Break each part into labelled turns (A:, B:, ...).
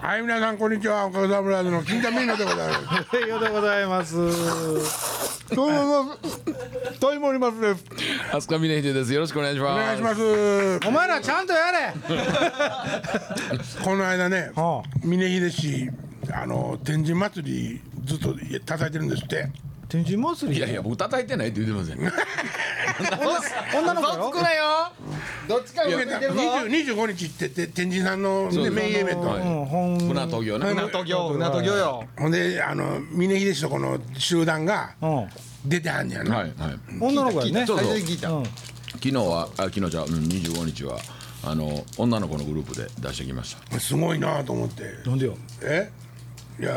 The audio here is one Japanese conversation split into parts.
A: はい、皆さん、こんにちは。岡田村の金田美奈でございます。
B: いよでございます。
A: どうも、どうも、りますです。
C: 飛鳥峰秀です。よろしくお願いし
A: お願
C: ま
A: い
C: す。
A: します。
B: お前らちゃんとやれ。
A: この間ね
B: は、
A: 峰秀氏、あの天神祭り、ずっと叩いてるんですって。
B: 天神祭
C: い
B: り。
C: やいや、僕叩いてないって言ってません。
B: 女の子よ。
C: なよ。どっちか
A: 二十、二十五日って、て、天神さんの、
C: そう
A: ね、
C: です
A: メインイベント。
C: はい
B: うん、本。
C: 船渡業ね。
A: 船
C: 船
A: 渡
C: 渡
B: 業、船渡業よ。
A: ほんで、あの峰秀氏とこの集団が
B: うん。
A: 出てはんねやな。
C: はいはい。
B: 女の子やね。
C: そうそう。
B: うん。
C: 昨日は、あ、昨日じゃ、うん、二十五日は。あの、女の子のグループで出してきました。
A: すごいなと思って。
B: なんでよ。
A: え。いや、あ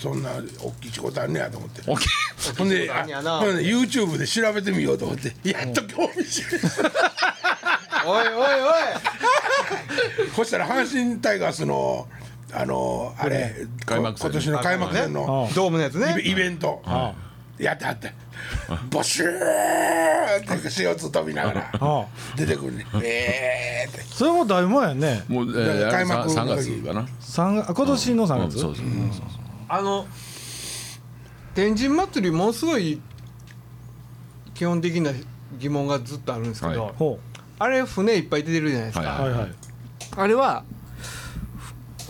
A: そんな大きい仕事あんねやと思って。
C: オッケ
A: ほんで、あほんで YouTube で調べてみようと思って、やっと興味示した。
D: おいおいおい
A: そしたら阪神タイガースの、あの、あれ、
C: 開幕戦
A: 今年の開幕戦の
D: ドームのやつ
A: イベ
D: ね
A: イベント、やってはった。ボシューって CO2 飛びながら
B: あ
A: 出てくるね。えーって。
B: それもだいぶ前やね。
C: ー。もう、え
A: だ
C: ー、
A: から開幕
C: 三
A: の時
C: 月かな。
B: 三月、今年の三
C: うん
B: 月。
C: そうそう。
D: あの天神祭りものすごい基本的な疑問がずっとあるんですけど、
C: はい
B: ほ。
D: あれ船いっぱい出てるじゃないですか、
C: はいう
B: はいはい。
D: あれは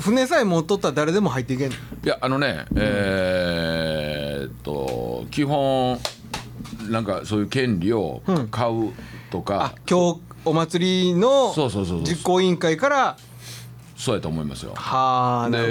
D: ふ船さえ持っとったら誰でも入っていけんの
C: いやあのね、えーっと基本なんかそういう権利を
D: うん
C: 買うと
D: あ
C: か、
D: 今日お祭りの
C: そうそうそうそう
D: 実行委員会から
C: そうやと思いますよ。
D: はあなる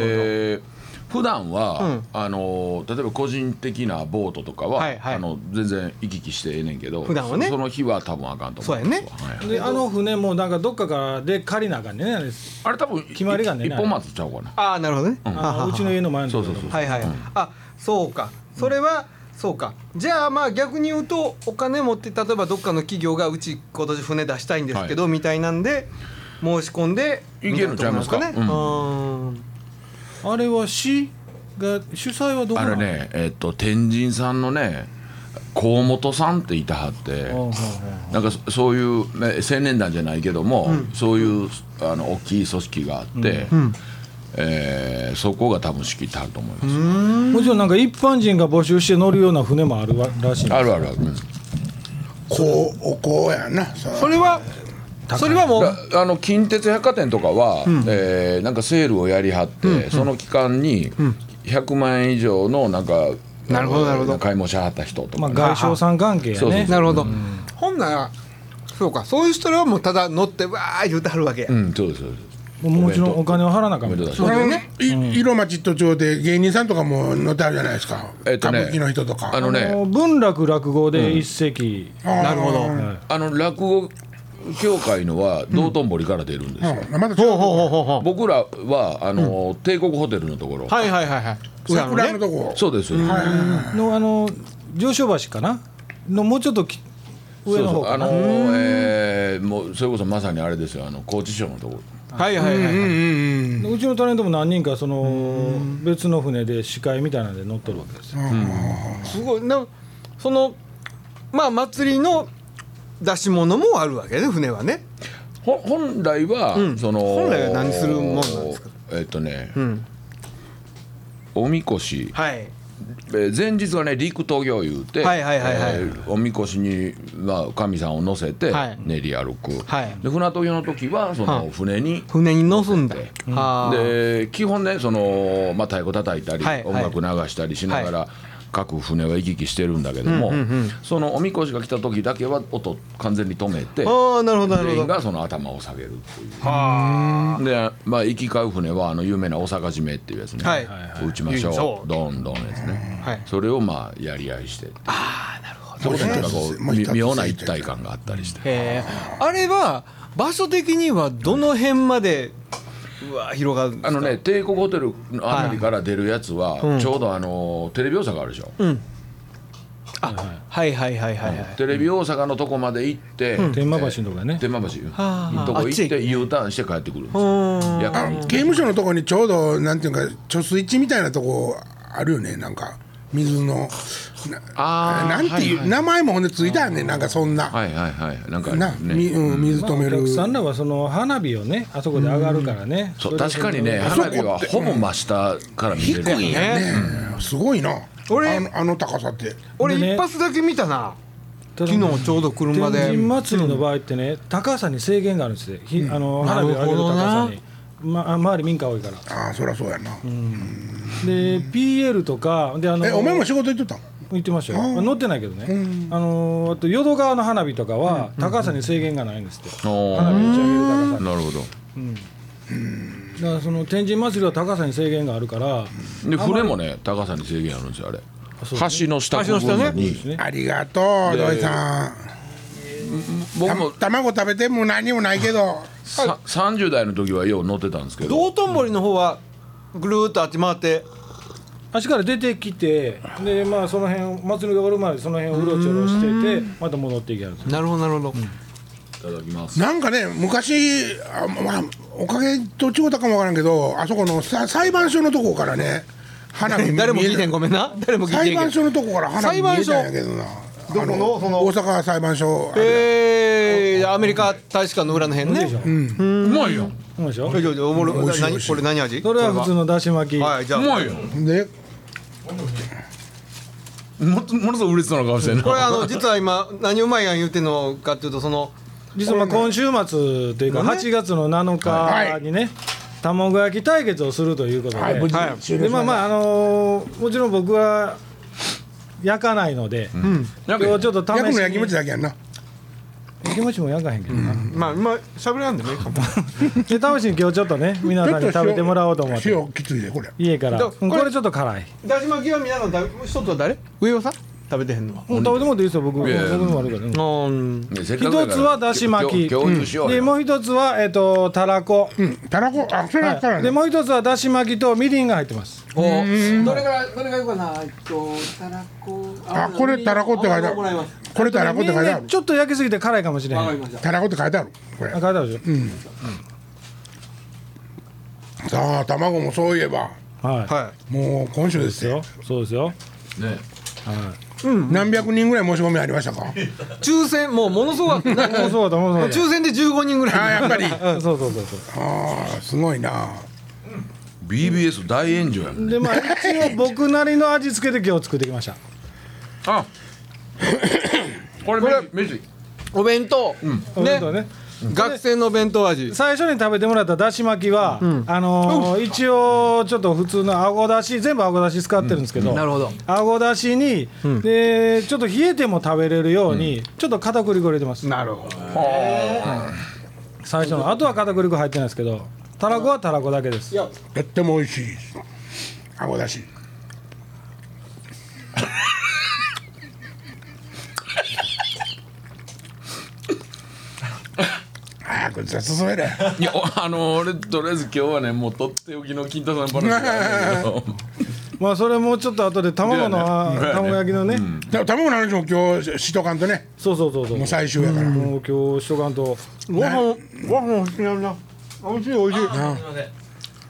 C: で普段は、
D: うん
C: あの例えば個人的なボートとかは、
D: はいはい
C: あの全然行き来してええねんけど
D: 普段はね
C: そその日は多分あかんと思うんですわはいはい
B: で、あの船も、なんかどっかから、で、借りなあかんねんね。あれ
C: あれ多分
B: 決まりがね
C: 一本松ちゃうかな
D: ほどああなるほどね、あは
B: あの
D: は
B: うちの家の前のところ
C: そうそうそう
D: はいはい、あそうかそれは、そうかじゃあまあ逆に言うとお金持って例えばどっかの企業がうち今年船出したいんですけど、みたいなんで申し込んで
C: いけるんちゃいますか
D: みたなとこなんですかね
B: あれは市が、主催はどこ
C: あ
B: なの
C: れ。ねえーっと天神さんのね河本さんっていたはって。
B: うんうんうん
C: なんかそそういう、ね、青年団じゃないけども、そういうあの大きい組織があって、えーそこが多分仕切ってあると思います、
B: もちろんなんか一般人が募集して乗るような船もあるわらしいんです
C: あるあるある、うん
A: こう、おこうやんな。
D: うんそれはそれはもう
C: だあの近鉄百貨店とかは、えーなんかセールをやりはって、その期間に100万円以上のなんか
D: なるほどなるほど
C: 買い物しはった人とか
B: ま
C: ね、
B: あ、外商さん関係や
C: そうそう
B: ね
C: そ
D: なるほど、ほんならそうかそういう人らはもうただ乗ってわー言うてはるわけや、
C: うんそうですそうです
B: もちろんお金を払わなあか
C: お
B: ん
C: めでとうございます
D: そうだよ
A: ね
D: ね、
A: い色町都庁で芸人さんとかも乗ってあるじゃないですか、
C: えっとね
A: 歌舞伎の人とか
C: あのね
B: あの文楽落語で一席、
A: な
D: るほど
C: あの落語協会のは道頓堀から出るんですよ、
A: まだちょっ
D: ほうほうほ
C: 僕らはあの、帝国ホテルのところ、
D: うはいはいはいはい
A: と
D: 裏の
A: 桜の
D: ね
A: とこ
C: そうです、
B: のあの上昇橋かなのもうちょっとき上の方
C: そうそうあ
B: かな
C: のーえーもうそれこそまさにあれですよあの高知省のところ
D: はいはいはいはい、
A: うんうん
B: うちのタレントも何人かその別の船で司会みたいなんで乗っとるわけですよ、
D: すごいなそのまあ祭りの出し物もあるわけね船はね
C: ほ本来は、
D: うん
C: その
D: 本来は何するもんなんですか
C: えっとね、
D: ん
C: おみこし、
D: はい
C: えー前日はね陸渡行言うて、
D: はいはいはいはい
C: ーおみこしに、まあ、神さんを乗せて
D: はい
C: 練り歩く、
D: はい
C: で船渡行の時はそ
D: は
C: の
D: い
C: 船に、
D: 船に乗すんだ、はあ
C: で基本ねその、まあ、太鼓叩いたり、
D: はい
C: 音楽流したりしながら、各船は行き来してるんだけども、そのおみこしが来た時だけは音完全に止めて
D: ああなるほどなる
C: 全
D: ほ
C: 員
D: ど
C: がその頭を下げるっていう。で、まあ、行き交う船はあの有名な大阪締めっていうやつね、
D: はい
C: 打ちまし
D: 打ちまし
C: ょ
D: ょ
C: う
D: う
C: どんどんですね、
D: はい
C: それをまあやり合いしてああなるほ
A: ど
C: どそこでなんかこう
A: もう一
C: み
A: つ
C: 妙な一体感があったりして
D: へえあれは場所的にはどの辺までうわ広がるんで
C: あ
D: すか
C: のね帝国ホテルのあたりから出るやつは、ちょうどあのテレビ大阪あるでしょ、
D: あはいはいはいはいはい、
C: テレビ大阪のとこまで行って、
B: 天満橋のとこやね
C: 天満橋
D: あ
C: のとこ
D: あっ
C: 行
D: ち
C: って
D: へ
C: U ターンして帰ってくるんです
D: う
C: よ
D: ーん
C: 夜間
A: あ刑務所のとこにちょうどなんていうか貯水池みたいなとこあるよねなんか水の
C: あ
A: な
C: ー
A: なんていう、
C: はいはい
A: 名前もほんでついたよねなんかそんな、
C: はいはいはいなんか
A: な、み
C: ね
A: うん、水
B: まあ
A: 止め
B: お
A: る、
B: 客さんらはその花火をねあそこで上がるからね
C: そ
B: れ
C: う
B: で
C: 確かにね
A: あそこ
C: 花
A: って
C: 火はほぼ真下から見れる
A: 低いんや
C: ね
A: ね、すごいな
D: 俺
A: あのあの高さって
D: 俺
B: でね
D: 一発だけ見たな
B: ただ
D: 昨日ちょうど車で
B: 天神祭りの場合ってね高さに制限があるんですよひあの
D: な
B: 花火
D: る
B: を
D: ほ
B: 上げる
D: ど
B: 高
D: な
B: さにまあ周り民家多いから
A: ああそりゃそうやな、
B: で PL とかであの
A: えお前も仕事行ってたん
B: 言ってましたよ、乗ってないけどね、あのーあと淀川の花火とかは高さに制限がないんですって、
C: お
B: 花
C: ー
B: 火打ち上げる高さに
C: なるほど
B: だからその天神祭りは高さに制限があるから、
C: で船もね高さに制限あるんですよあれ
B: そう
C: 橋の下
D: 橋の下ね
C: 部分に
B: ね
A: ありがとう土井さん
C: 僕
A: た
C: も
A: 卵食べても何もないけど
C: さ30代の時はよう乗ってたんですけど
D: 道頓堀の方はぐるーっとあっち回って
B: 足から出てきてでまあその辺祭りが終わるまでその辺をうろちょろしててまた戻っていきはるんですよ
D: なるほどなるほど、
C: いただきます
A: なんかね昔あまあおかげと違ったかもわからんけどあそこのさ裁判所のとこからね花 火見え
D: 誰も聞いてんごめんな誰も聞いてん
A: 裁
D: けど
A: 判所のとこから花火見えたんやけどな
D: どこの
A: あ
D: その
A: 大阪裁判所あれ
D: えー、アメリカ大使館の裏の辺ね。
B: でしょ
C: うまいよ
B: そうでしょ
D: いやいやおもろ
A: 美味しい美
D: 何
A: 味しい
D: これ何味？
B: それは普通のだし巻き、
D: はいじゃ
C: う
D: あ
C: まいよ
A: で
C: もものすごく嬉しそうな顔してんな
D: これあの実は今何うまいやん言ってんのかっていうとその
B: 実はまあ今週末というか
D: ね
B: 8月の7日にね卵焼き対決をするということで、
A: はい無事
D: はい
A: 終了
B: で
A: し
B: まあ
A: まし
B: まああのーもちろん僕は焼かないので、
C: なんか
B: 今日ちょっと
A: た
B: 試
A: 焼く
B: しに
A: の焼きもちだけやんな
B: 焼きもちも焼かへんけどな、
D: まあ今喋らんでもいいかも。
B: で試しに今日ちょっとね皆さんに食べてもらおうと思って
A: 塩きついでこれ
B: 家から
D: だ
B: うんこれちょっと辛い
D: だし巻きは皆さん食べ一つは誰？上尾さん食べてへんのは。
B: うん食べてもらっていいですよ僕僕
C: いやいや
B: にもあるからね
D: うん。
C: ねせっかくだ
B: 一
C: から
B: つはだし巻き
C: 共共有しよう
B: で
C: よ
B: もう一つはえっとたらこ
A: うんたらこあそれはから
B: で
A: ね
B: もう一つはだし巻きとみりんが入ってます
D: どれがどれがいいかなえっとたらこ
A: あこれたらこって書いてあるこれたらこって書いてあ
B: みりんね
A: る
B: ちょっと焼きすぎて辛いかもしれへんあ
D: した。
A: たらこって書いてあるこれ
B: 書いてあるでし
A: さあ卵もそういえば
B: ょはいそう
D: は
A: もう今週ですよ
B: ですよそうですよ
C: ね
A: 何百人ぐらい申し込みありました か
D: い。抽選もうものすごかった。なんか
B: あそうだもうそうだ
D: 抽選で15人ぐ
A: ああ
D: らい。
A: やっぱり
B: うんそうそうそうそ
A: ああすごいな
C: BBS 大炎上や
B: う
C: ね
B: でまあ一応僕なりの味付けで今日作ってきました
C: あこれ飯飯
D: お弁当
B: お弁当
D: ね
B: ね
D: 学生の弁当味。
B: 最初に食べてもらっただし巻きは、あのー一応ちょっと普通のあごだし全部あごだし使ってるんですけど、
D: なるほど。
B: あごだしに、でちょっと冷えても食べれるように、ちょっと片栗粉入れてます
D: なるほど。
B: 最初のあとは片栗粉入ってないですけどたらこはたらこだけです
A: とっても美味しいですあごだし 早く雑添えれ
C: いやおあの俺とりあえず今日はねもうとっておきの金太さん話がある んだけど
B: まあそれもうちょっと後で卵の
C: ではねではね
B: 卵焼きのね、
A: た卵の話も今日ししとかんとね
B: そうそうそうそう
A: もう最終やから
B: もう今日しとかんと
D: ご飯ご飯欲しくなるな。美味しい美味しい。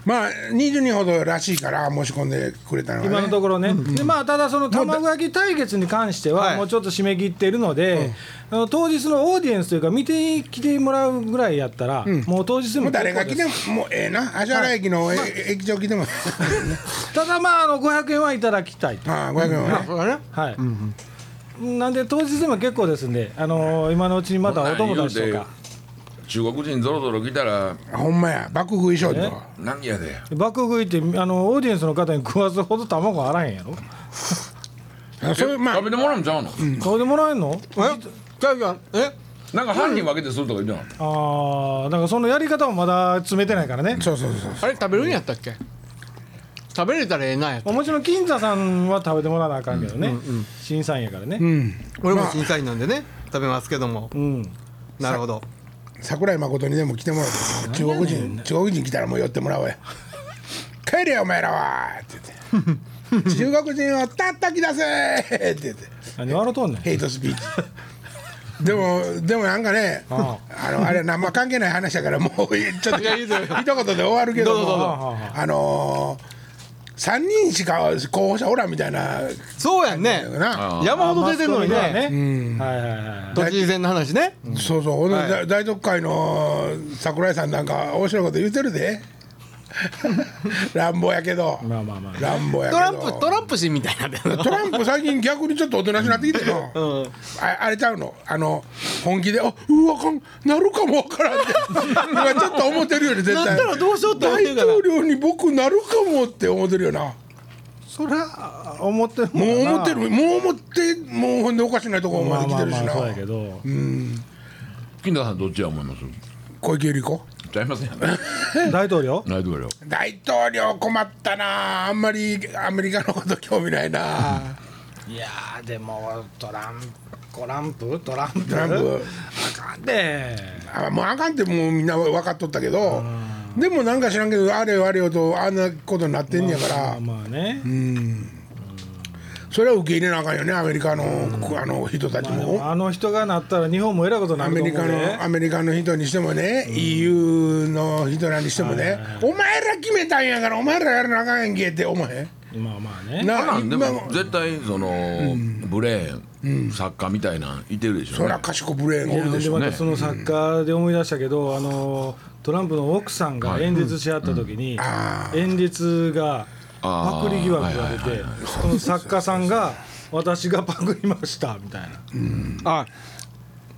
A: まあ20人ほどらしいから申し込んでくれたのが、ね、
B: 今のところね、でまあ、ただ、その卵焼き対決に関して
D: はい
B: は、もうちょっと締め切っているので、あの当日のオーディエンスというか、見てきてもらうぐらいやったら、もう当日で
A: もう
B: も
A: 誰
B: 結構
A: が来
B: で
A: て
B: す
A: ももうええな芦原駅のえ駅長来ても
B: ただ、まああの、500円はいただきたいと、
A: ああ500円はね
D: そうだね。
B: はいなんで、当日でも結構ですんで、あのー今のうちにまたお友達とか、
C: 中国人ぞろぞろ来たら
A: あほんまや爆食い商品
C: 何やで
B: 爆食いってあの、オーディエンスの方に食わすほど卵あらへんやろ、
A: あそれまあ
C: 食べてもらうんちゃうの
B: それでもらえんの
D: えじゃあじゃあえ
C: なんか犯人分けてするとか言ってなかった
B: ああ、だからそのやり方もまだ詰めてないからね。
A: そうそうそう
D: あれ食べるんやったっけ食べれたらええなや
B: まあもちろん金座さんは食べてもらわなあかんけどね、審査員やからね、
A: うん
D: 俺も審査員なんでね食べますけども
B: うん、
D: なるほど
A: 桜井誠にでも来てもらって中国人中国人来たらもう寄ってもらおうや帰れよお前らはって言って中国人を叩き出せって言って
B: 何笑うとんねん
A: ヘイトスピーチでもでもなんかねあ
B: あ
A: のあれ何も関係ない話だからもうちょっと
D: いやいいですよ
A: 一言で終わるけども
D: どうぞどう
B: ぞ
A: あのー3人しか候補者おらんみたいな
D: そうやんね
A: だよな
C: あ
D: 山ほど出てるのに
B: マスコミでは
D: ね
B: ねはいはいはい
D: 都知事選の話ね
A: そうそうほんで
D: はい
A: 大大特会の桜井さんなんか面白いこと言うてるで 乱暴やけど
B: まあまあまあ
A: 乱暴やけ
E: ト
A: ど
E: ランプトランプ氏みたいになってるの
A: トランプ最近逆にちょっとおとなしなってきての、ああれちゃうのあの本気で「あうわかんなるかもわからん」って今ちょっと思ってるより絶対
D: なったらどうしようって思って
A: 大
D: るから
A: 統領に僕なるかもって思ってるよな
B: それは思ってる
A: もう思って
B: る
A: るもう思ってもうほんでおかしないとこま
B: まあ
A: で来
B: ま
A: て
B: あ
A: るし
B: まあ
A: な
B: そうやけど
C: 金田さんどっちや思います
A: 小池百合子
C: ちゃいますやん
B: 大統領
C: 大統領
A: 大統領困ったなあんまりアメリカのこと興味ないない
B: やーでもトラントランプトランプ
A: トランプ
B: あかんで
A: あもうあかんってもうみんな分かっとったけどでもなんか知らんけどあれよあれよとあんなことになってんねやから、
B: まあまあね
A: それは受け入れなあかんよねアメリカの,、あの人たち
B: まあで
A: も,、
B: もあの人がなったら日本もえらいことにな
A: ア
B: ると
A: メ
B: 思
A: リ
B: う
A: カ
B: で
A: のアメリカの人にしてもね、EU の人らにしてもね、お前ら決めたんやからお前らやらなあかんやんけって思え
B: まあまあ
A: へん
B: ね
A: な
C: なんで
A: 今
C: も絶対その、ブレーン作家みたいなんいてるでしょ
A: そら賢くブレーンがおるでし
B: で
A: ょ
B: ま
C: ね
B: たその作家で思い出したけどあのトランプの奥さんが演説し合った時に演説がパクリ疑惑が出
C: あーはい
B: てその作家さんが私がパクりましたみたいな
D: あ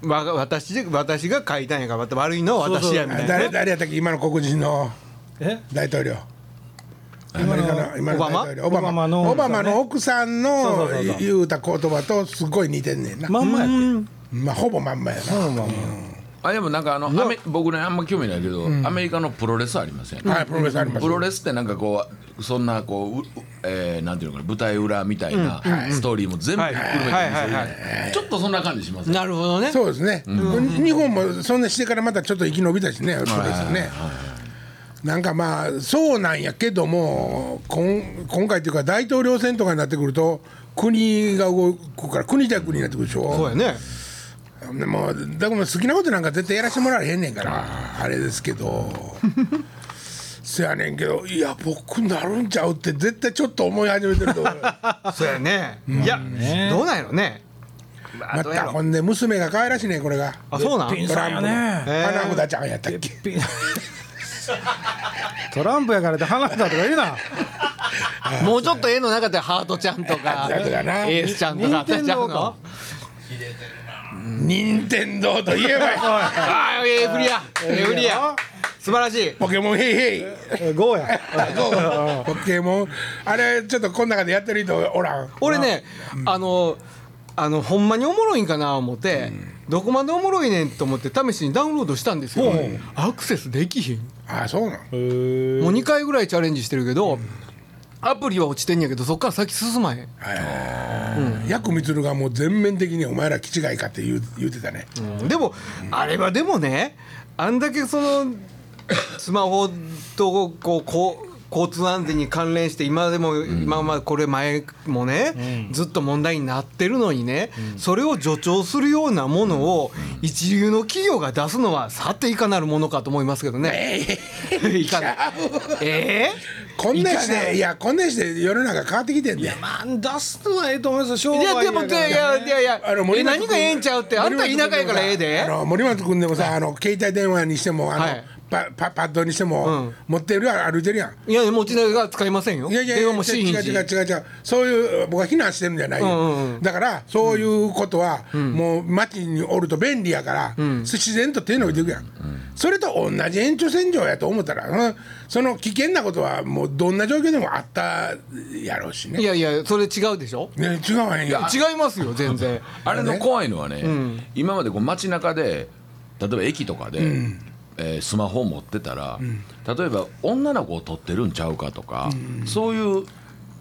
D: わが私私が書いたんやからわた悪いのは私やみたいな
A: 誰誰やったっけ今の黒人の
B: え
A: 大統領アメリカの今の大統領
B: オバマ
A: オバマ
B: オ
A: オ
B: バ
A: バ
B: マ
A: マ
B: の
A: の奥さんの
B: そうそうそうそう
A: 言うた言葉とすごい似てんねんな
B: まんまやって
A: まあほぼまんまやな、
B: まんま
C: あでもなんかあのアメ僕ねあんま興味ないけど、アメリカのプロレスありません、
A: はいプロレスあります
C: プロレスってなんかこうそんなこうう、えーなんていうのかな舞台裏みたいなストーリーも全部ひっくるめて見せる
D: はいはいはい
C: ちょっとそんな感じしますね
D: なるほどね
A: そうですね、日本もそんなしてからまたちょっと生き延びたしね、そうですよね。なんかまあそうなんやけどもこん今回というか大統領選とかになってくると国が動くから国対国になってくるでし
D: そう
A: ょ
D: やね
A: でもうだからもう好きなことなんか絶対やらせてもらえへんねんからあれですけど せやねんけどいや僕なるんちゃうって絶対ちょっと思い始めてると 思う
D: そうやねいや
B: ね
D: どうなんやろねま
A: ま
D: あどうや
A: た
D: ろ
A: ほんで娘が可愛らしいねこれが
D: あそうなん
B: ピン
A: ト
B: さ
A: ラン
B: んや
A: プの
B: ね
A: 花札、ちゃんやったっけ
B: ピントランプやからって離れたとか言うな
E: もうちょっと絵の中でハートちゃんと か
A: だからな
E: エースちゃんとかあったんちゃう
B: 任天堂か
E: の
A: 任天堂といえば
E: ああエーフリやエーフリや
D: 素晴らしい
A: ポケモンヘイヘイ
B: えゴーや
A: ポケモンあれちょっとこの中でやってる人おらん
D: 俺ねあのあのほんまにおもろいんかな思ってどこまでおもろいねんと思って試しにダウンロードしたんですよアクセスできひん
A: あそうなん
B: へー
D: もう2回ぐらいチャレンジしてるけどアプリは落ちてんやけどそっから先進まへん
A: ヤクミツルがもう全面的にお前ら気違いかって言う言うてたね
D: でも、あれはでもねあんだけそのスマホとこうこう交通安全に関連して今でも、今までこれ前もね、ずっと問題になってるのにね、それを助長するようなものを一流の企業が出すのはさていかなるものかと思いますけどね。 いかなえ
A: こんなんしていやこんなんして世の中変わってきてんね
B: まあ出すのはええと思いますよ商
D: え
B: 売
D: いやでもいやいやいやいやえ何
A: 君
D: がええんちゃうってあんた田舎やからええで
A: あ。の森松君でもさあの携帯電話にしてもあの、
D: はい
A: パパパッドにしても、
D: うん
A: 持ってるやん歩いてるやん
D: いや持ちながら使いませんよ。
A: いやいやいや
D: 電話もしひんし
A: 違う違う違う違うそういう僕は非難してるんじゃないよ、
D: うんうんうん
A: だからそういうことは、もう街におると便利やから、自然と手伸びていくやん、それと同じ延長線上やと思ったらそのその危険なことはもうどんな状況でもあったやろうしね
D: いやいやそれ違うでしょ
A: ね違うわねいや
D: 違いますよ全然
C: あれの怖いのはね、今までこう街中で例えば駅とかで、えースマホを持ってたら、例えば女の子を撮ってるんちゃうかとか、そういう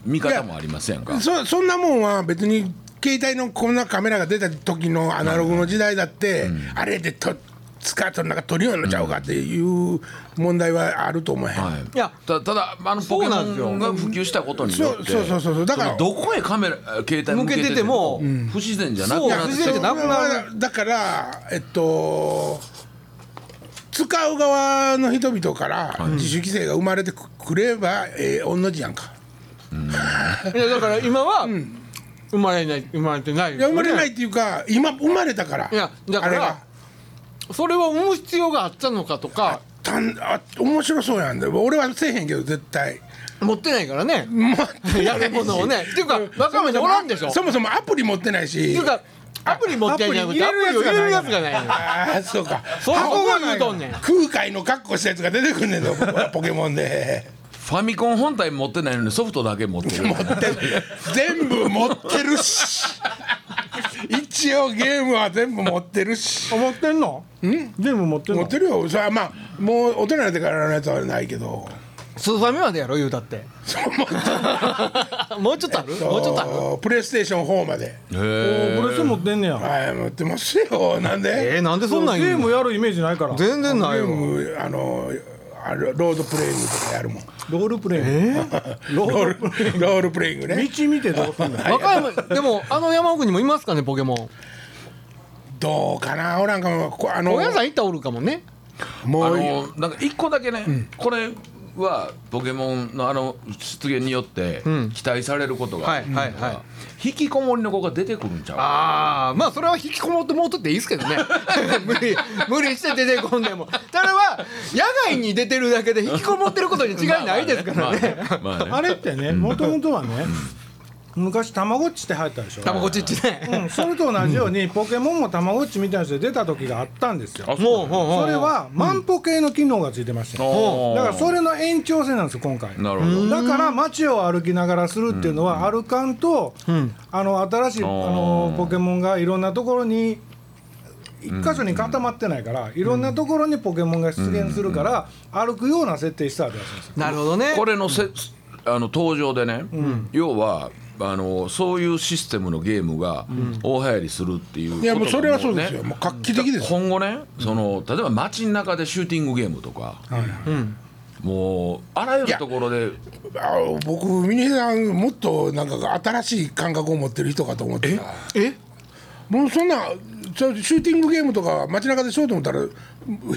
C: 見方もありませんか
A: そそんなもんは別に携帯のこんなカメラが出た時のアナログの時代だって、あれでとスカートの中取りようになっちゃうかっていう問題はあると思えへん、
C: はい、
D: いや
C: たただあのポ
D: そ
C: ケ
D: うなんですよ
C: モンが普及したことによって
A: そうそうそうそうだから
C: そのどこへカメラあ携帯向けて
D: 向けてても
C: 不自然じゃなく
D: そう
C: なっ
D: 不
C: ち
D: 自
C: ゃ
D: 然
C: う
D: じゃなくな
A: だからえっと使う側の人々から自主規制が生まれてくくればええおんの字やんか
D: いやだから今は生まれない生まれてない
A: いや生まれない
D: い
A: っていうか今生まれたから
D: いやだか
A: あれ
D: ら
A: が
D: それは思う必要があったのかとか
A: たんあ面白そうやんで俺はせえへんけど絶対
D: 持ってないからね
A: 持ってな
D: や
A: いし
D: るものを ねっていうかわかめにおらんでしょっ
A: そもそもアプリ持ってないして
D: いうかアプリ持ってないじゃなくてアプリを入れるやつがないのよ
A: ああそうか
D: そこが言うとんねん
A: 空海の格好したやつが出てくんね んぞポケモンで
C: ファミコン本体持ってないのにソフトだけ持ってる
A: 持ってる全部持ってるし一応ゲームは全部持ってるし
B: 持ってんの全部持ってん
A: 持
B: の
A: ってるよそれはまあもう大人になってからのやつはないけど
D: スーファミまでやろ言うたって
A: そう持ってる
D: もうちょっとある もうちょっとある
A: プレイステーション4まで
B: おーブレス持ってんねや
A: はい持ってますよなんで、
D: えーなんでそんなん
B: ゲ
D: 言
B: ー
D: うの
B: ムやるイメージないからロ
D: 全然な
A: ゲー
D: いよ
A: ムあのあれロードプレイングとかやるもん
B: ールプレイ
A: ロ
B: ロール
A: ールロールプレイングね
B: 道見てどうすんの
D: 若いもでもあの山奥にもいますかねポケモン
A: どうかなおらんかもこあの
D: お屋さん行ったらおるかもね
A: も
C: あ
A: う
C: のなんか一個だけね、これはポケモンのあの出現によって期待されることがあるから、
D: はいはいはい
C: 引きこもりの子が出てくるんちゃ
D: ああまあそれは引きこもってもうとっていいですけどね 無理無理して出てこんでもそれは野外に出てるだけで引きこもってることに違いないですからね
C: うまあね
B: あれってねもともとはね昔たまごっちって流行ったでしょ
D: たまごちっちね
B: うん、それと同じように、ポケモンもたまごっちみたいな人で出た時があったんですよ。
D: もう
B: そ
D: そ
B: れは万歩計の機能がついてましたよ、
C: おー
B: だからそれの延長線なんですよ今回
C: なるほど
B: だから街を歩きながらするっていうのは歩かんと、あの新しいあのポケモンがいろんなところに一箇所に固まってないから、いろんなところにポケモンが出現するから、歩くような設定したわけですよ
D: なるほどね
C: これのせあの登場でね、要はあのそういうシステムのゲームが大流行りするっていうこと
A: いやもうそれはそう
C: ね
A: ですよもう画期的ですよ
C: 今後ねその例えば街の中でシューティングゲームとか、もうあらゆるところで
A: あ僕峰さんもっとなんか新しい感覚を持ってる人かと思ってた
D: え
A: もうそんなそうシューティングゲームとか街中でしようと思ったら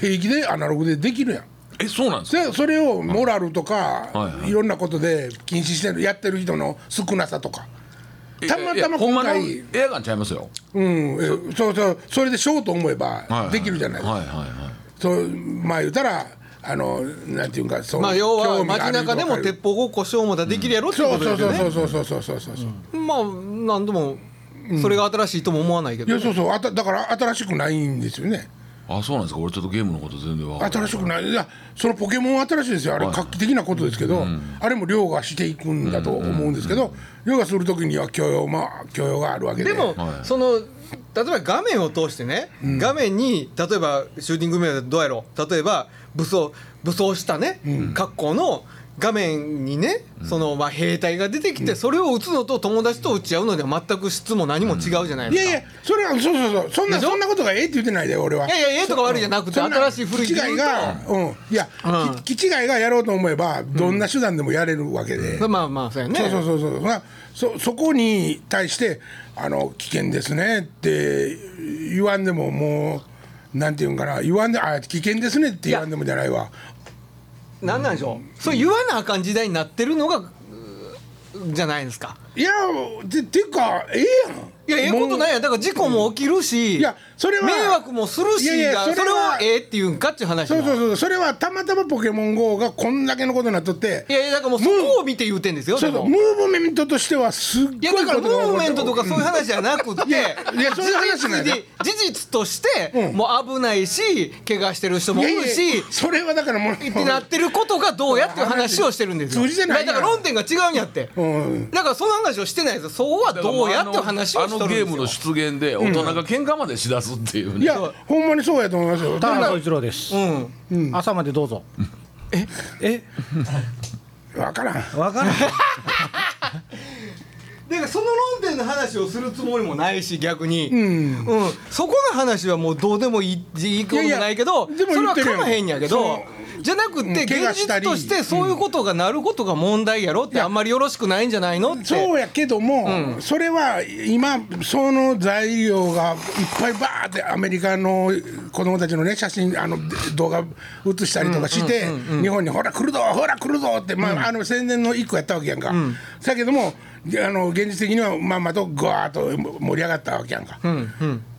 A: 平気でアナログでできるやん
C: えそうなんですか
A: でそれをモラルと
C: はい
A: か
C: はい
A: いろんなことで禁止してるやってる人の少なさとかたま
C: いや
A: たま今
C: ほんま
A: 回
C: のエアガンちゃいますよ
A: うんえそうそうそれでしようと思えばできるじゃないですか
C: はいはいはい
A: そうまあ言うたらあのなんていうんかその
D: まあ要は
A: 興味があ
D: 街
A: る人
D: 中でも
A: がいる
D: 鉄砲ごっこしようもだできるやろって
A: そ
D: こ
A: う
D: と
A: そ
D: で
A: う
D: すよね
A: そうそうそうそうそうそうそう
D: まあ何でもそれが新しいとも思わないけ
A: い
D: ど
A: やそうそうあただから新しくないんですよね
C: あそうなんですか俺ちょっとゲームのこと全然わかんない
A: 新しくないいやそのポケモンは新しいですよあれ画期的なことですけど、あれも凌駕していくんだと思うんですけど、凌駕する時には許容まあ許容があるわけで
D: でも、その例えば画面を通してね、画面に例えばシューティングゲームだとどうやろう例えば武装武装したね、格好の画面にねそのまあ兵隊が出てきて、それを撃つのと友達と撃ち合うのでは全く質も何も違うじゃない
A: い
D: です
A: や
D: か。
A: いやそれはそうそうそうそんな
D: でしょ
A: そんなことがええって言ってないで俺はい
D: やいやええとか悪いじゃなくて
A: そんな
D: 新しい古い
A: 気違いがうんいや、き気違いがやろうと思えばどんな手段でもやれるわけで、
D: まあまあそうやね
A: そうそうそうそうまあそそこに対してあの危険ですねって言わんでももうなんていうんかな言わんであ危険ですねって言わんでもじゃないわ
D: なんなんでしょう、それ言わなあかん時代になってるのがうーじゃないですか
A: いやてていうかえ
D: い
A: え
D: や
A: やん
D: ええことないいやんだから事故も起きるし、
A: いやそれは
D: 迷惑もするし
A: いやいや
D: が
A: それ
D: それを
A: は
D: ええっていうんかっていう話
A: そう
D: な
A: そうそうそれはたまたま「ポケモン GO」がこんだけのことになっとって
D: いやいやだからもうそこを見て言うてんですよ
A: そう
D: で
A: そうム
D: も
A: ーブメントとしてはすっごい
D: いやだからム
A: ことが起
D: ー
A: こ
D: ブ
A: っ
D: メ
A: て
D: ントとかそういう話じゃなくて事
A: いやそういう話なん
D: 実
A: や
D: に事実としてもう危ないし怪我してる人も
A: い
D: 多
A: やい
D: い
A: や
D: し
A: それはだからもう
D: ってなってることがどうやっていう話をしてるんですよ
A: 通じてないやん
D: だから論点が違うんやって
A: うん
D: だからその話をしてないですよそこはどうやっていう話を
C: あ
D: し
C: の
D: て
C: ゲー
D: る
C: ム
D: ん
C: の
D: ですよ
C: 出現で大人が喧嘩までしだすっていう
A: い
C: ね
A: やほんまにそうやと思いますよ
B: 田原総一郎です、
D: うん
B: 朝までどうぞえ
A: 分からん
B: えわからん
D: だからその論点の話をするつもりもないし逆に、うんそこの話はもうどうでもいいいいことじゃないけど
A: いやいやでも
D: それ
A: 言
D: は
A: ってるやん
D: かまへんやけど
A: そ
D: じゃなくて
A: うん怪我
D: 現
A: した
D: 実
A: り
D: としてそういうことがなることが問題やろってあんまりよろしくないんじゃないのって
A: そうやけども、それは今その材料がいっぱいバーってアメリカの子供たちのね写真あの動画映したりとかして、日本にほら来るぞほら来るぞって、まああの宣伝の一個やったわけやんか。だけどもであの現実的にはまんまとぐわーっと盛り上がったわけやんか。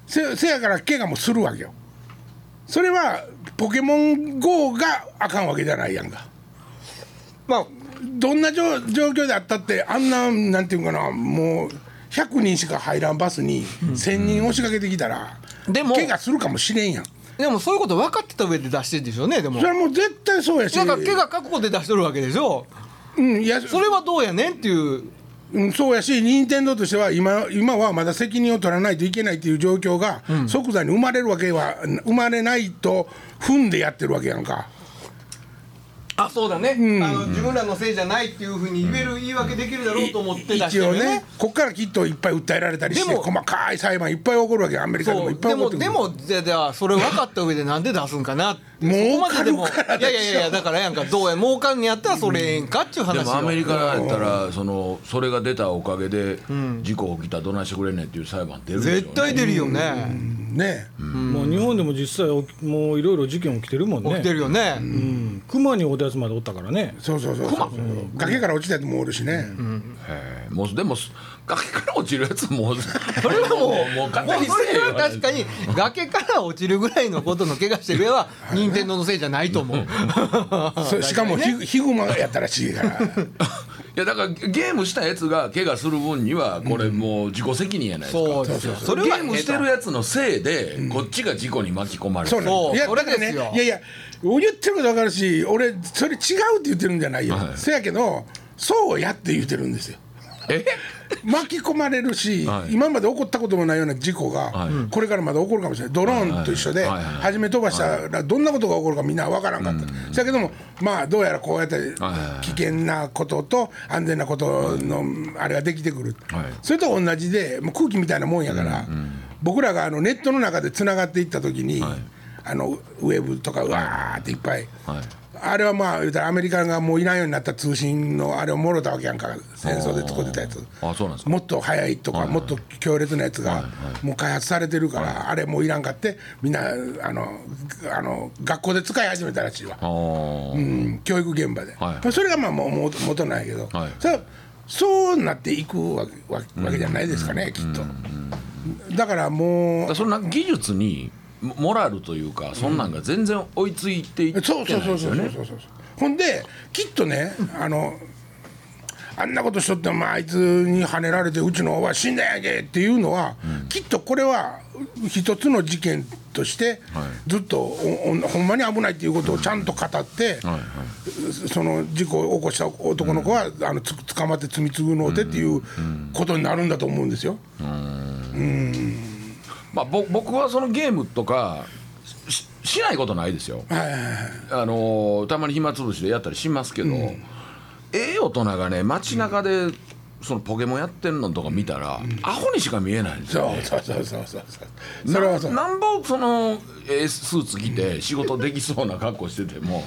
A: せせやから怪我もするわけよ。それはポケモン GO があかんわけじゃないやんか。
D: まあ
A: どんな状状況であったってあんななんていうんかなもう100人しか入らんバスに1,000人押しかけてきたら、
D: でも
A: 怪我するかもしれんやん
D: でもそういうこと分かってた上で出してるでしょうねでも
A: それはもう絶対そうやし
D: なんか怪我覚悟で出しとるわけでしょ
A: うん、いやそ
D: それはどうやねんっていう
A: うん、そうやし任天堂としては今今はまだ責任を取らないといけないという状況が即座に生まれるわけは生まれないと踏んでやってるわけやんか。
D: あそうだね、あの自分らのせいじゃないっていうふうに言える、言い訳できるだろうと思って出して
A: 一
D: るよ
A: 応
D: ね
A: ねこっからきっといっぱい訴えられたりして
D: でも
A: 細かい裁判いっぱい起こるわけやアメリカでも
D: そ
A: いっ
D: う
A: ぱい
D: で
A: 起こっ
D: も
A: てくる
D: でもじゃあじゃあそれ分かった上でなんで出すんかなって
A: 儲
D: そこ
A: か
D: ま
A: る
D: ででもい
A: から
D: やい
A: でしょ
D: やいやだからやんかどうや儲かんにやったらそれええんかっちゅう話
C: でも
D: よ
C: アメリカやったらそのそれが出たおかげで事故起きたらどないしてくれんねんっていう裁判出るんでしょうね
D: 絶対出るよね、
A: ね
B: もう日本でも実際おきもういろいろ事件起きてるもん
D: 起
B: ね
D: きてるよね、
B: うん熊におったやつまでおったからね
A: そうそうそうそう崖から落ちたやつもおるしね、
C: へえもうでもす崖から落ちるやつもうそ
D: それはもう
C: もう
D: も
C: 肩
D: う
C: に
D: そ
C: せえ
D: れ
C: よ
D: は確かに崖から落ちるぐらいのことの怪我してる上は任天堂のせいじゃないと思う
A: そうしかもヒグヒグマやったらしい から
C: いやだからゲームしたやつが怪我する分にはこれもう自己責任やないですか、
D: そうですよそ
C: それ
D: れ
C: ゲ
D: は
C: ームしてるやつのせいでこっちが事故に巻き込まれ
A: そ
C: る
A: うなん
D: そう
A: いや
D: そ
A: だ
D: れ
A: からね
D: ですよ
A: いやいや俺言ってること分かるし俺それ違うって言ってるんじゃないよ、
C: はい
A: せやけどそうやって言ってるんですよ
C: え
A: 巻き込まれるし、
C: はい
A: 今まで起こったこともないような事故が、
C: はい
A: これからまだ起こるかもしれないドローンと一緒で、
C: はいはいはい
A: 初め飛ばしたらどんなことが起こるかみんな分からんかった、だけどもまあどうやらこうやって
C: はい
A: 危険なことと安全なことのあれができてくる、
C: はい
A: それと同じでもう空気みたいなもんやから、僕らがあのネットの中でつながっていった時に、あのウェブとかうわーっていっぱい。
C: はい
A: あれはまあ言うたらアメリカがもういないようになった通信のあれをもろたわけやんか戦争で作ってたやつ
C: あそうなんですか
A: もっと早いとか、もっと強烈なやつが、もう開発されてるから、あれもういらんかってみんなあのあの学校で使い始めたらしいわ、
C: あー
A: うん教育現場で、
C: はい
A: それがまあもうもう元なんやけど、
C: はい
A: それはそうなっていくわけわわけじゃないですかね、きっと、だから
C: だか
A: も
C: ら
A: う
C: そんな技術にモモラルというかそんなんが全然追いついていって
A: そうそう
C: ない
A: そう
C: です
A: そうそう
C: よね
A: そうそうほんできっとねあのあんなことしとってもあいつに跳ねられてうちのおは死んだんやけっていうのは、きっとこれは一つの事件として、ずっとおおほんまに危ないっていうことをちゃんと語って、その事故を起こした男の子は、あのつ捕まって罪償うてっていうことになるんだと思うんですよ。
C: まあぼ僕はそのゲームとかししないことないですよ
A: はいはいはい
C: あのーたまに暇つぶしでやったりしますけど、ええ大人がね街中でそのポケモンやってるのとか見たら、アホにしか見えないんですよ
A: そうそうそうそうそうそうそれはそう
C: ななんぼそのえースーツ着て仕事できそうな格好してても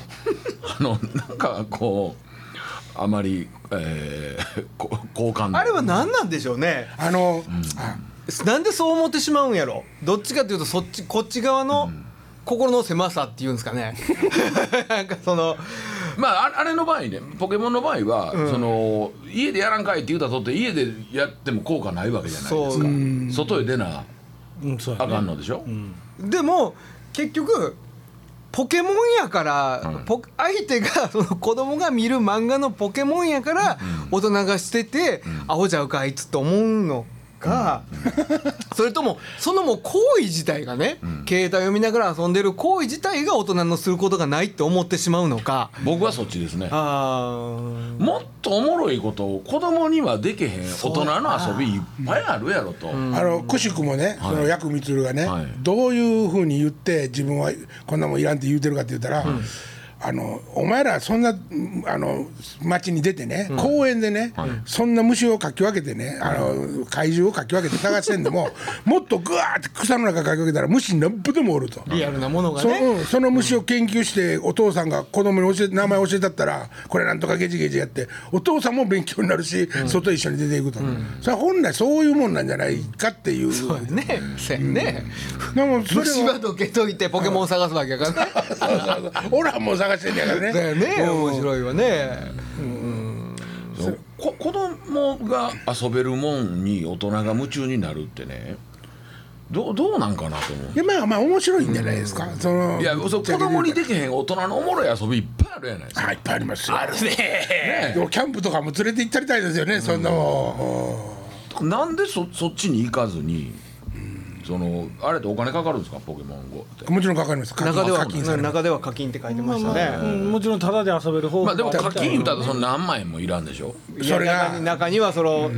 C: あのなんかこうあまり、えー、こ好感度
D: あれは何なんでしょうね
A: あの、あ
D: なんでそう思ってしまうんやろどっちかというとそっちこっち側の心の狭さっていうんですかねなんかその
C: まあああれの場合ねポケモンの場合は、その家でやらんかいって言うたとって家でやっても効果ないわけじゃないです
D: そうう
C: か外へ出な
B: うんそうや
C: あ
B: ね
C: かんのでしょ、
D: でも結局ポケモンやから、ポ相手がその子供が見る漫画のポケモンやから、大人がしてて、アホじゃうかあいつと思うのか、 それともそのもう行為自体がね、携帯を見ながら遊んでる行為自体が大人のすることがないって思ってしまうのか。
C: 僕はそっちですね
D: あー
C: もっとおもろいことを子供にはできへん大人の遊びいっぱいあるやろと、
A: あのくしくもね、その薬光がね、
C: はい
A: どういうふうに言って自分はこんなもんいらんって言うてるかって言ったら、あのお前らそんなあの街に出てね、公園でね、そんな虫をかき分けてねあの怪獣をかき分けて探してんでももっとぐわーって草の中かき分けたら虫なんぼでもおると。
D: リアルなものが
A: そ
D: ね
A: うんその虫を研究して、お父さんが子供に教え名前教えたったらこれなんとかゲジゲジやってお父さんも勉強になるし、外一緒に出ていくと、それは本来そういうもんなんじゃないかっていうそう
D: そうやねそうやね
A: でもそれ
D: 虫歯
A: は
D: どけといてポケモン探すわけやから ね
A: そうそうそう俺はもう探してんねやから
D: だ
A: ね
D: よ ね面白いわね
C: そうこ子供が遊べるもんに大人が夢中になるってねどうどうなんかなと思う
A: いやまあまあ面白いんじゃないですか、その
C: いやそう子供に
A: で
C: できへん大人のおもろい遊びいっぱいあるやないですか
A: いっぱいありますよ
C: あるね
A: でもキャンプとかも連れて行ったりたいですよね、そんなも
C: なんでそそっちに行かずにそのあれってお金かかるんですかポケモン GO って
A: んもちろんかかります課金
D: 中では
A: 課金されます
D: 中では課金って書いてま
B: まあ
D: した
B: まあ
D: ね
B: うんもちろんタダで遊べる方
C: まあでも
B: が
C: 課金言うたらその何万円もいらんでしょ
D: いや
A: それ
D: 中
A: が
D: に中にはその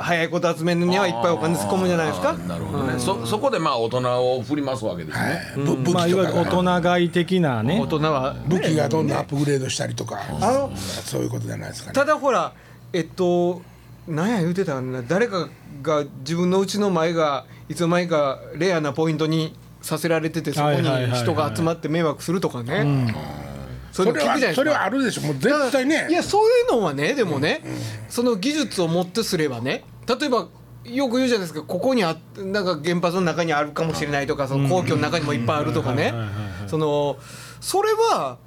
D: 早いこと集めるにはいっぱいお金突っ込むんじゃないです
C: あ
D: か
C: ーなるほどねそそこでまあ大人を振り回すわけですね、
A: ぶ武
B: まあい
A: 器
B: わゆ
A: と
B: る
A: か
B: 大
A: が
B: 人買い的なね
D: 大人は
A: 武器がどんどんアップグレードしたりとか、
D: の
A: そういうことじゃないですかね
D: ただほらえっとなんや言うてたんな誰かが自分のうちの前がいつの間にかレアなポイントにさせられててそこに
B: はいはいはいはい
D: 人が集まって迷惑するとかね、そ
A: そ
D: れ
A: れ
D: も聞くじ
A: は
D: ゃないです
A: それ
D: か
A: はあるでしょもう
D: ただ
A: 絶対ね
D: いやそういうのはねでもね、その技術をもってすればね例えばよく言うじゃないですかここにあなんか原発の中にあるかもしれないとかその皇居の中にもいっぱいあるとかねそのそれは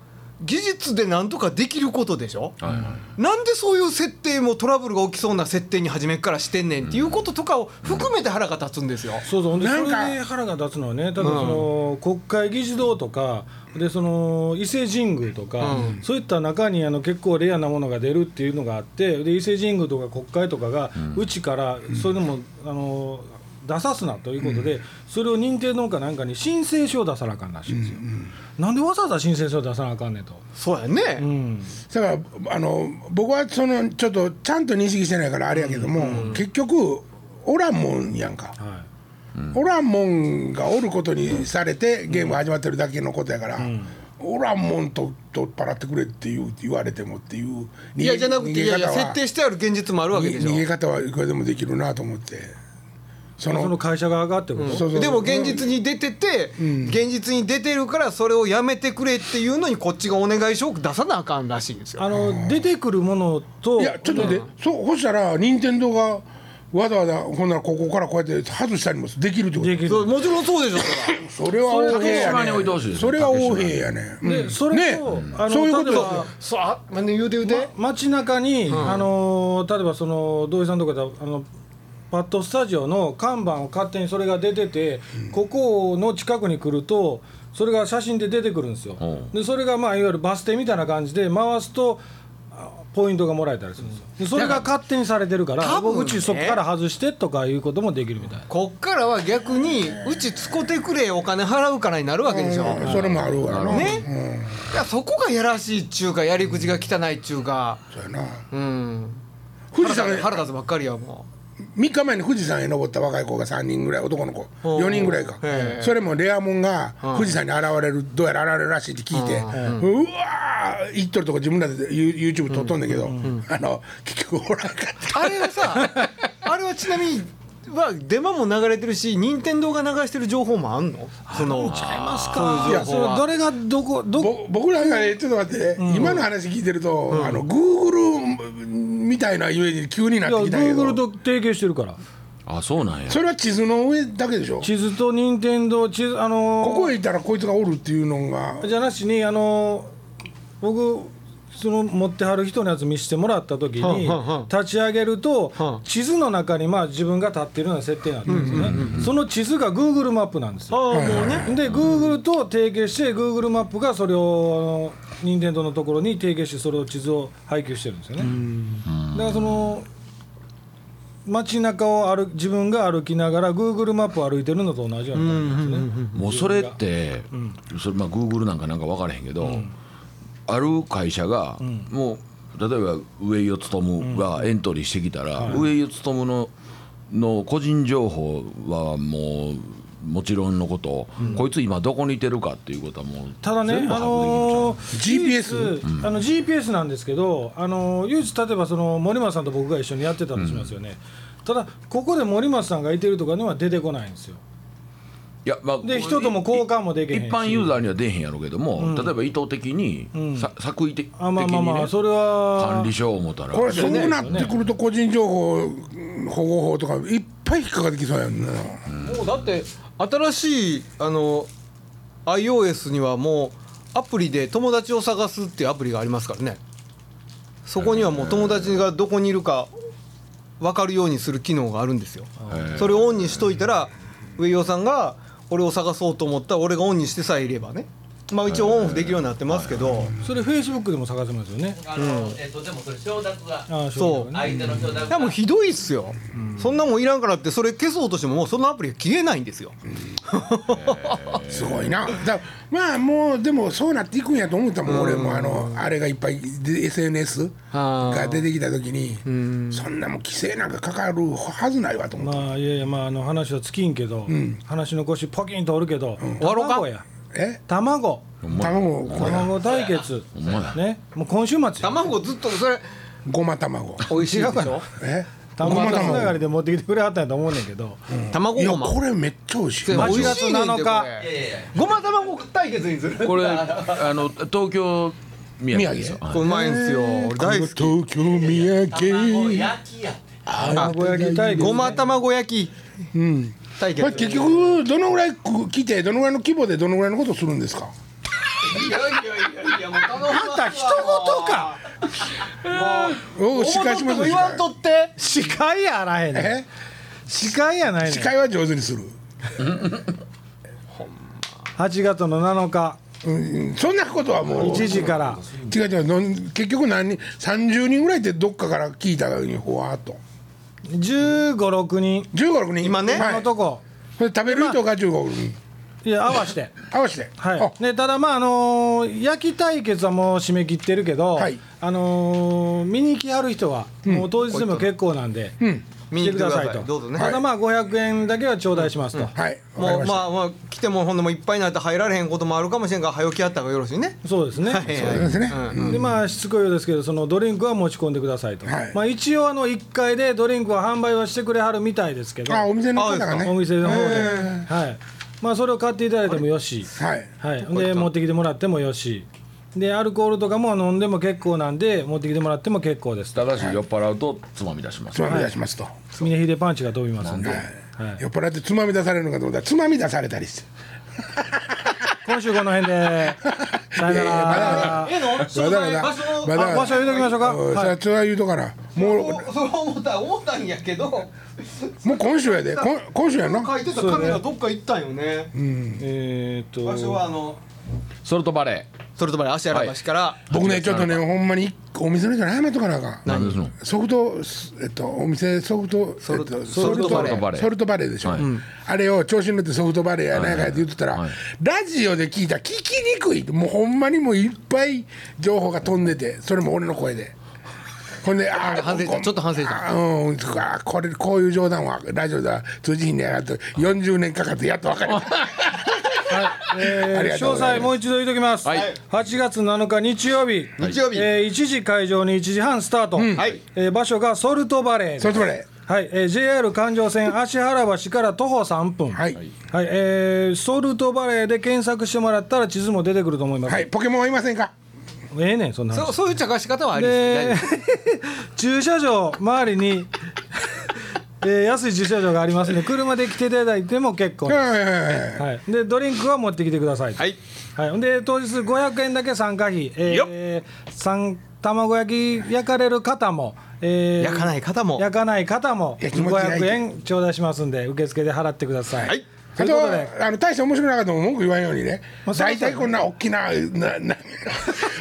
D: 技術でなんとかできることでしょ、
C: はいはい
D: なんでそういう設定もトラブルが起きそうな設定に初めっからしてんねんっていうこととかを含めて腹が立つんですよ。
B: そうそうほんでそ
A: な
B: れ
A: ん
B: で
A: か
B: 腹が立つのはねただその国会議事堂とかでその伊勢神宮とか、そういった中にあの結構レアなものが出るっていうのがあってで伊勢神宮とか国会とかがうちからそれでも、あの出さすなということで、それを認定農家なんかに申請書を出さなあかんらしいんですよ、なんでわざわざ申請書を出さなあかんねんと、
D: そうやね、
B: うん、
A: だからあの僕はそのちょっとちゃんと認識してないからあれやけども、結局おらんもんやんか、
B: は
A: おらんもんがおることにされてゲームが始まってるだけのことやから、おらんもんと取っ払ってくれっていう言われてもっていう逃げ
D: いやじゃなくていやいや設定してある現実もあるわけでしょ
A: 逃げ方はいくらでもできるなと思ってそ
B: い、その
A: の
B: 会社側がってこと、
A: そうそう
D: でも現実に出てて、現実に出てるからそれをやめてくれっていうのにこっちがお願い書を出さなあかんらしいんですよ。
B: あの出てくるものと
A: いやちょっとで、そうほしたら任天堂がわざわざほんならここからこうやって外したりもできるってこと
B: できる
D: そうもちろんそうでしょそら
A: それは横柄
C: 竹島に
A: や
C: 置いてほしい
A: ね
C: です
A: それは横柄やねう
B: で
A: ん
B: それと、
A: ね
B: あの
A: そういうこと
B: 例え
A: です
B: ば
A: よ
D: そうあまあね言うて言うて、
B: 街中に、あのー例えばその土井さんとかだあのパッドスタジオの看板を勝手にそれが出てて、ここの近くに来るとそれが写真で出てくるんですよ、
C: うん
B: でそれがまあいわゆるバス停みたいな感じで回すとあポイントがもらえたりするんですよでそれが勝手にされてるから
D: 多分ね
B: うちそこから外してとかいうこともできるみたいな
D: こっからは逆にうち使ってくれお金払うからになるわけでしょ。
A: それもあるわな
D: ね、いやそこがやらしいっちゅうかやり口が汚いっちゅうか、
A: そうやな
D: うん、
A: 富士
D: 腹
A: 山
D: 立つ腹立つばっかりやも
A: 3日前に富士山へ登った若い子が3人ぐらい男の子
D: おう
A: 4人ぐらいか
D: へえ
A: それもレアもんが富士山に現れるどうやら現れるらしいって聞いてうわー行っとるとこ自分らで You- YouTube 撮っとんだけどあの結局おらんかった
D: うあれは さあれはちなみにはデマも流れてるし任天堂が流してる情報もあんのそのそういう情報
B: それ
D: は
B: どれがどこどこ
A: ぼ僕らがねちょっと待ってね今の話聞いてるとあの Google みたいなゆえに急にないっ
B: や
A: てきたけ
B: Google
A: ど
B: と提携してるから
C: あそうなんや
A: それは地図の上だけでしょ
B: 地図と任天堂地図あのー
A: ここへ行ったらこいつがおるっていうのが
B: じゃなしにあの僕その持ってはる人のやつ見せてもらった時に
D: はあは
B: 立ち上げる
D: はあ
B: と地図の中にまあ自分が立ってるような設定になってるんですよねその地図が Google マップなんですよ
D: ああもうね
B: で Google と提携して Google マップがそれをあの任天堂のところに提携してそれを地図を配給してるんですよねだからその街中を歩自分が歩きながら Google マップを歩いてるのと同じような感じですね
C: もうそれって、それまあグーグルなんかなんか分からへんけど、ある会社が、もう例えば上井を務がエントリーしてきたら、上井を務のの個人情報はもうもちろんのこと、こいつ今どこにいてるかっていうことはもう
B: ただね、
C: 全部
B: あ
C: 把握
B: の
C: で
B: ー
A: GPS
B: 唯一あの GPS なんですけど、あのー唯一例えばその森松さんと僕が一緒にやってたとしますよね。ただここで森松さんがいてるとかのは出てこないんですよ。
C: きるじゃんいや、まあ、
B: で人とも交換もできへんし
C: 一般ユーザーには出えへんやろうけども、例えば意図的に、さ作為的的
B: あまあまあ
C: に
B: まあ
C: ね
B: それは
C: 管理しよう思ったら
A: これそうなってくると個人情報保護法とかいっぱい引っかかってきそうやんな、
D: もうだって新しいあの iOS にはもうアプリで友達を探すっていうアプリがありますからねそこにはもう友達がどこにいるか分かるようにする機能があるんですよそれをオンにしといたら上尾さんが俺を探そうと思ったら俺がオンにしてさえいればねまあ一応オンオフできるようになってますけど
B: それフェイスブックでも探せますよね。
F: あの、えっと、でもそれ承諾が
B: あー
D: そう
B: うだね
F: 相手の承諾
D: いや
F: が
D: もうひどいっすよそんなもんいらんからってそれ消そうとしてももうそのアプリが消えないんですよ
A: すごいなだまあもうでもそうなっていくんやと思ったもん、俺もあのあれがいっぱいで SNS が出てきた時に、そんなもん規制なんかかかるはずないわと思って、
B: まあいやいやまああの話は尽きんけど、話の腰ポキンとおるけど、
D: 終わろうか
B: 卵や
A: え
B: 卵
A: 卵これ
B: 卵対決ねもう今週末や
D: 卵ずっとそれ
A: ごま 卵
D: 美味しいでしょ
A: え
B: 卵
A: ごま
B: つながりで持ってきてくれはったんやと思うねんけど、
D: 卵
A: いや
D: ごま
A: これめっちゃ美味しい
D: でも美味しいねん
B: 8月
D: て
B: 7日
D: これ
F: いやいやいや
D: ごま卵対決にする
C: これあの東京宮城ですよ
A: 宮
C: はいう
D: まいんすよ俺大好き
A: 東京
F: 卵
A: 土産
F: 焼きやって
B: 卵焼き対決
D: ごま卵焼き対
A: これ
D: 決
A: 結局どのぐらい来てどのぐらいの規模でどのぐらいのことするんですか
F: いやいやいやいやもう頼むわ
B: あんた人事か
A: おお司会しますよ司会
B: って司会やあらへんねん
A: え
B: 司会やないねん
A: 司会は上手にする、
B: 8月の7日
A: うん、そんなことはもう
B: 1時から
A: 違う違うのん結局何人30人ぐらいってどっかから聞いたようにほわーっと
B: 1 5 6人
A: 1516人
D: 今ね
A: はい
B: 今のとこ
A: それ食べる人が15人
B: いや合わして
A: 合わせて
B: は
A: あ
B: い、でただまああのー焼き対決はもう締め切ってるけど、
A: はい
B: あのー見に来はる人は、もう当日でも結構なんで、
D: 見
B: 来て
D: に
B: く
D: 来てく
B: だ
D: だ
B: さ
D: さ
B: い
D: い
B: と
D: どうぞね
B: ただまあ500円だけは頂戴しますと、
A: はいわか
D: も
A: り
D: う
A: まし
D: ま
A: た
D: あまあ来てもほんでもいっぱいになって入られへんこともあるかもしれんから早起きあった方がよろしいね
B: そうですね、
A: そうですね、
B: でまあしつこいようですけどそのドリンクは持ち込んでくださいと、
A: はい
B: まあ、一応あの1階でドリンクは販売はしてくれはるみたいですけど
A: あお店の方がね
B: お店の方で、
A: え
B: はいまあそれを買っていただいてもよし
A: ーはい
B: はい、で持ってきてもらってもよしでアルコールとかも飲んでも結構なんで持ってきてもらっても結構ですと
C: ただし酔っ払うとつまみ出します
A: つまみ出しますと、
B: 峰秀パンチが飛びますんで、はい、
A: 酔っ払ってつまみ出されるのかと思ったらつまみ出されたりして
B: 今週この辺でさ よなら
D: ええの
A: まだまだ
D: 場所
A: まだまだ
B: 場所言うときましょうか
A: うんそ
B: はい
A: れはそれは言うとかなもう
D: そう思った思ったんやけど
A: もう今週やでこん今週やな
D: 書いてたカメラどっか行ったんよね
B: えーっと
D: 場所はあの
C: ソルトバレ
D: それとまで足洗橋から
A: 僕ねちょっとねほんまに一個お店の人に謝っとかなあかん
C: ー何ですの
A: ソフトすえっとお店ソフトソ
D: ルト
A: ソルト
D: ソ
A: バ
D: ル
A: レ
D: ト
C: バレ
A: ー
C: ー
A: ソルトバレーでしょ、
C: はい
A: うんあれを調子に乗ってソフトバレーやないかって言ってたら、
C: はいはい
A: ラジオで聞いたら聞きにくいもうほんまにもういっぱい情報が飛んでてそれも俺の声でほんであー
D: 反省した
A: こ
D: ちょっと反省した
A: あーうんあーこれこういう冗談はラジオでは通じひんねやなと40年かかってやっと分かれた
B: え ー
A: ありが
B: 詳
A: とうございます
B: 細もう一度言いときます、
C: はい
B: 8月7日日曜日、
D: 日曜日
B: えー1時会場に1時半スタート、
D: はい
B: えー場所がソルトバレー
A: ソフ
B: で
A: トバレ
B: はいえー JR 環状線芦原橋から徒歩3分
A: ーはい、
B: はいえーソルトバレーで検索してもらったら地図も出てくると思います、
A: はい、ポケモンはいませんか
B: ええねんそんな話
D: そうそういう茶化し方はあり
B: で
D: です
B: 駐車場周りに、 えー安い駐車場がありますので車で来ていただいても結構
A: はい
B: です、
A: はいはいはい
B: はい、でドリンクは持ってきてくださいと
D: はい
B: はい、ほんで当日500円だけ参加費、えー、三卵焼き焼かれる方も、えー
D: 焼かない方も
B: 焼かない方も
A: いや気持ち焼いて
B: 500円頂戴しますんで受付で払ってください。
D: はい
A: あ
B: ということで
A: とあの大して面白くなかったも文句言わんようにね
B: まあそう
A: 大体こんな大きななな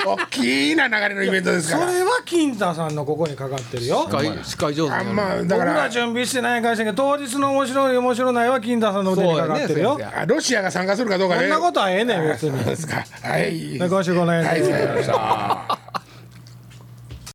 A: 大きな流れのイベントです
B: そ
A: から
B: れは金太さんのここにかかってるよ。
D: 司会司会上手
A: あ
D: に
A: ん
D: やる
A: まだ
B: 僕
A: からら
B: 準備してない会社が当日の面白い面白ないは金太さんの腕にかかってるよ。
D: そうやね
A: あロシアが参加するかどうか
B: こ
A: ね
B: んなことはええねん別
A: そう
B: に。
A: ですかはい
B: 今週この辺で
A: はいさようなら